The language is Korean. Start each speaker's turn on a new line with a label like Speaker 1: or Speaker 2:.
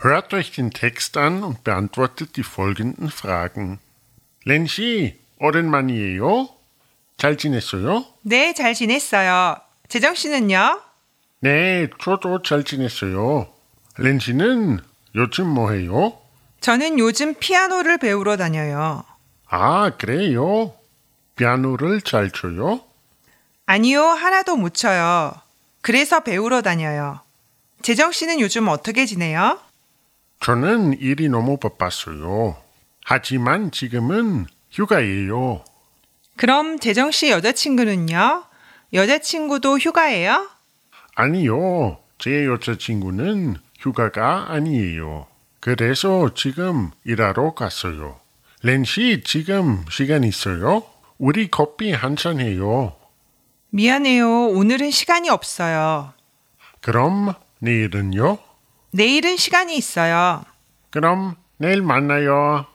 Speaker 1: Hört euch den Text an und beantwortet die folgenden fragen. 렌씨, 오랜만이에요? 잘 지냈어요?
Speaker 2: 네, 잘 지냈어요. 재정 씨는요?
Speaker 1: 네, 저도 잘 지냈어요. 렌씨는 요즘 뭐해요?
Speaker 2: 저는 요즘 피아노를 배우러 다녀요.
Speaker 1: 아, 그래요? 피아노를 잘 쳐요?
Speaker 2: 아니요, 하나도 못 쳐요. 그래서 배우러 다녀요. 재정 씨는 요즘 어떻게 지내요?
Speaker 1: 저는 일이 너무 바빴어요. 하지만 지금은 휴가예요.
Speaker 2: 그럼 재정 씨 여자친구는요? 여자친구도 휴가예요?
Speaker 1: 아니요, 제 여자친구는 휴가가 아니에요. 그래서 지금 일하러 갔어요. 렌씨 지금 시간 있어요? 우리 커피 한 잔 해요.
Speaker 2: 미안해요. 오늘은 시간이 없어요.
Speaker 1: 그럼 내일은요?
Speaker 2: 내일은 시간이 있어요.
Speaker 1: 그럼 내일 만나요.